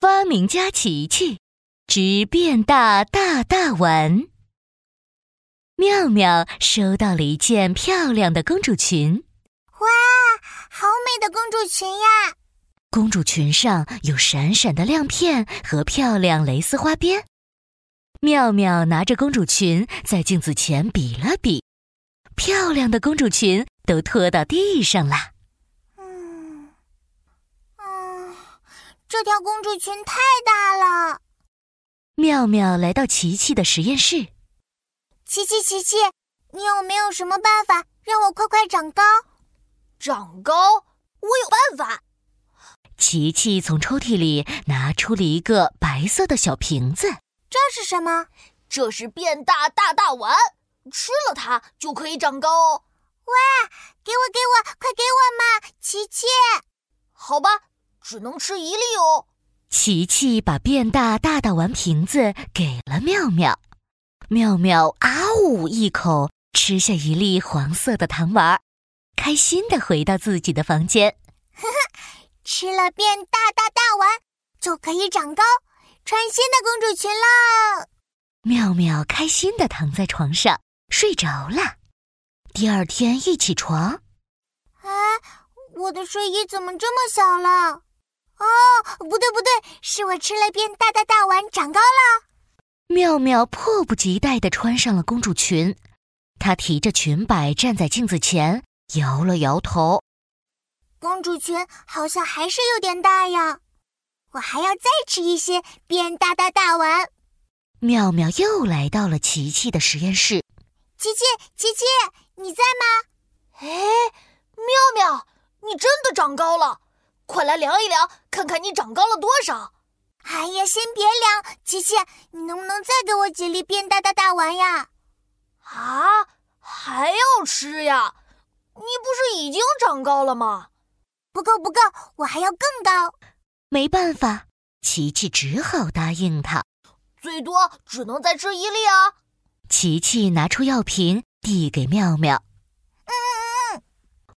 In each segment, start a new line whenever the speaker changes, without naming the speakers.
发明家琪琪，直变大大大碗。妙妙收到了一件漂亮的公主裙，
哇，好美的公主裙呀！
公主裙上有闪闪的亮片和漂亮蕾丝花边。妙妙拿着公主裙在镜子前比了比，漂亮的公主裙都拖到地上啦。
嗯，嗯，这条公主裙太大了。
妙妙来到琪琪的实验室，
琪琪，琪琪，你有没有什么办法让我快快长高？
长高，我有办法。
琪琪从抽屉里拿出了一个白色的小瓶子。
这是什么？
这是变大大大丸，吃了它就可以长高哦。
给我，给我，快给我嘛！琪琪，
好吧，只能吃一粒哦。
琪琪把变大大大丸瓶子给了妙妙，妙妙啊呜一口吃下一粒黄色的糖丸儿，开心的回到自己的房间。
吃了变大大大丸就可以长高，穿新的公主裙喽！
妙妙开心的躺在床上睡着了。第二天一起床，
哎，我的睡衣怎么这么小了？哦，不对不对，是我吃了变大大大丸长高了。
妙妙迫不及待地穿上了公主裙，她提着裙摆站在镜子前，摇了摇头。
公主裙好像还是有点大呀，我还要再吃一些变大大大丸。
妙妙又来到了琪琪的实验室，
琪琪，琪琪，你在吗？
哎，妙妙，你真的长高了，快来量一量，看看你长高了多少。
哎呀，先别凉，琪琪，你能不能再给我几粒变大大大丸呀？
啊，还要吃呀？你不是已经长高了吗？
不够，不够，我还要更高。
没办法，琪琪只好答应他。
最多只能再吃一粒啊。
琪琪拿出药瓶递给妙妙，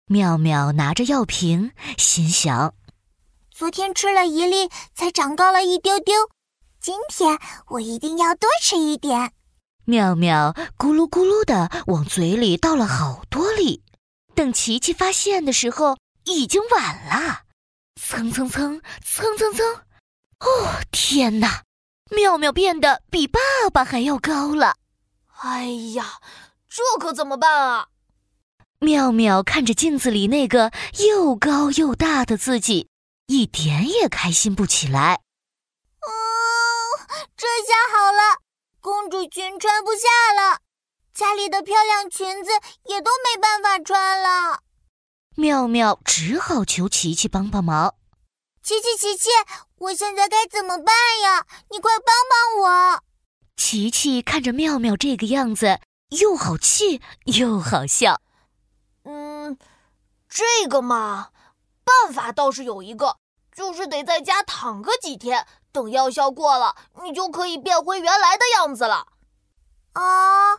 妙妙拿着药瓶，心想：
昨天吃了一粒，才长高了一丢丢，今天我一定要多吃一点。
妙妙咕噜咕噜的往嘴里倒了好多粒，等琪琪发现的时候已经晚了，蹭蹭蹭蹭蹭蹭，哦天哪！妙妙变得比爸爸还要高了。
哎呀，这可怎么办啊？
妙妙看着镜子里那个又高又大的自己，一点也开心不起来。
哦，嗯这下好了，公主裙穿不下了，家里的漂亮裙子也都没办法穿了。
妙妙只好求琪琪帮帮忙。
琪琪，琪琪，我现在该怎么办呀？你快帮帮我！
琪琪看着妙妙这个样子，又好气又好笑。
嗯，这个嘛，办法倒是有一个，就是得在家躺个几天，等药效过了，你就可以变回原来的样子了。
啊，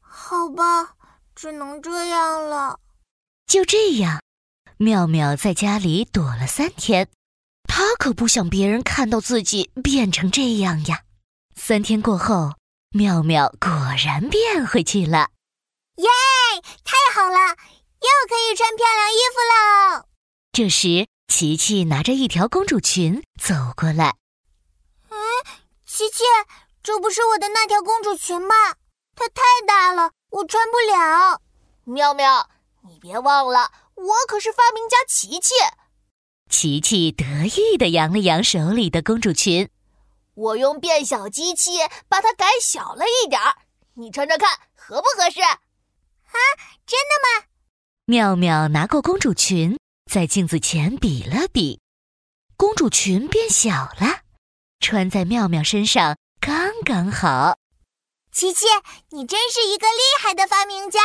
好吧，只能这样了。
就这样，妙妙在家里躲了三天，她可不想别人看到自己变成这样呀。三天过后，妙妙果然变回去了。
太好了，又可以穿漂亮衣服喽！
这时，琪琪拿着一条公主裙走过来，
琪琪，这不是我的那条公主裙吗？它太大了，我穿不了。
妙妙，你别忘了，我可是发明家琪琪，
琪琪得意地扬了扬手里的公主裙。
我用变小机器把它改小了一点儿，你穿穿看合不合适？
妙妙拿过公主裙，在镜子前比了比，公主裙变小了，穿在妙妙身上刚刚好。
琪琪，你真是一个厉害的发明家。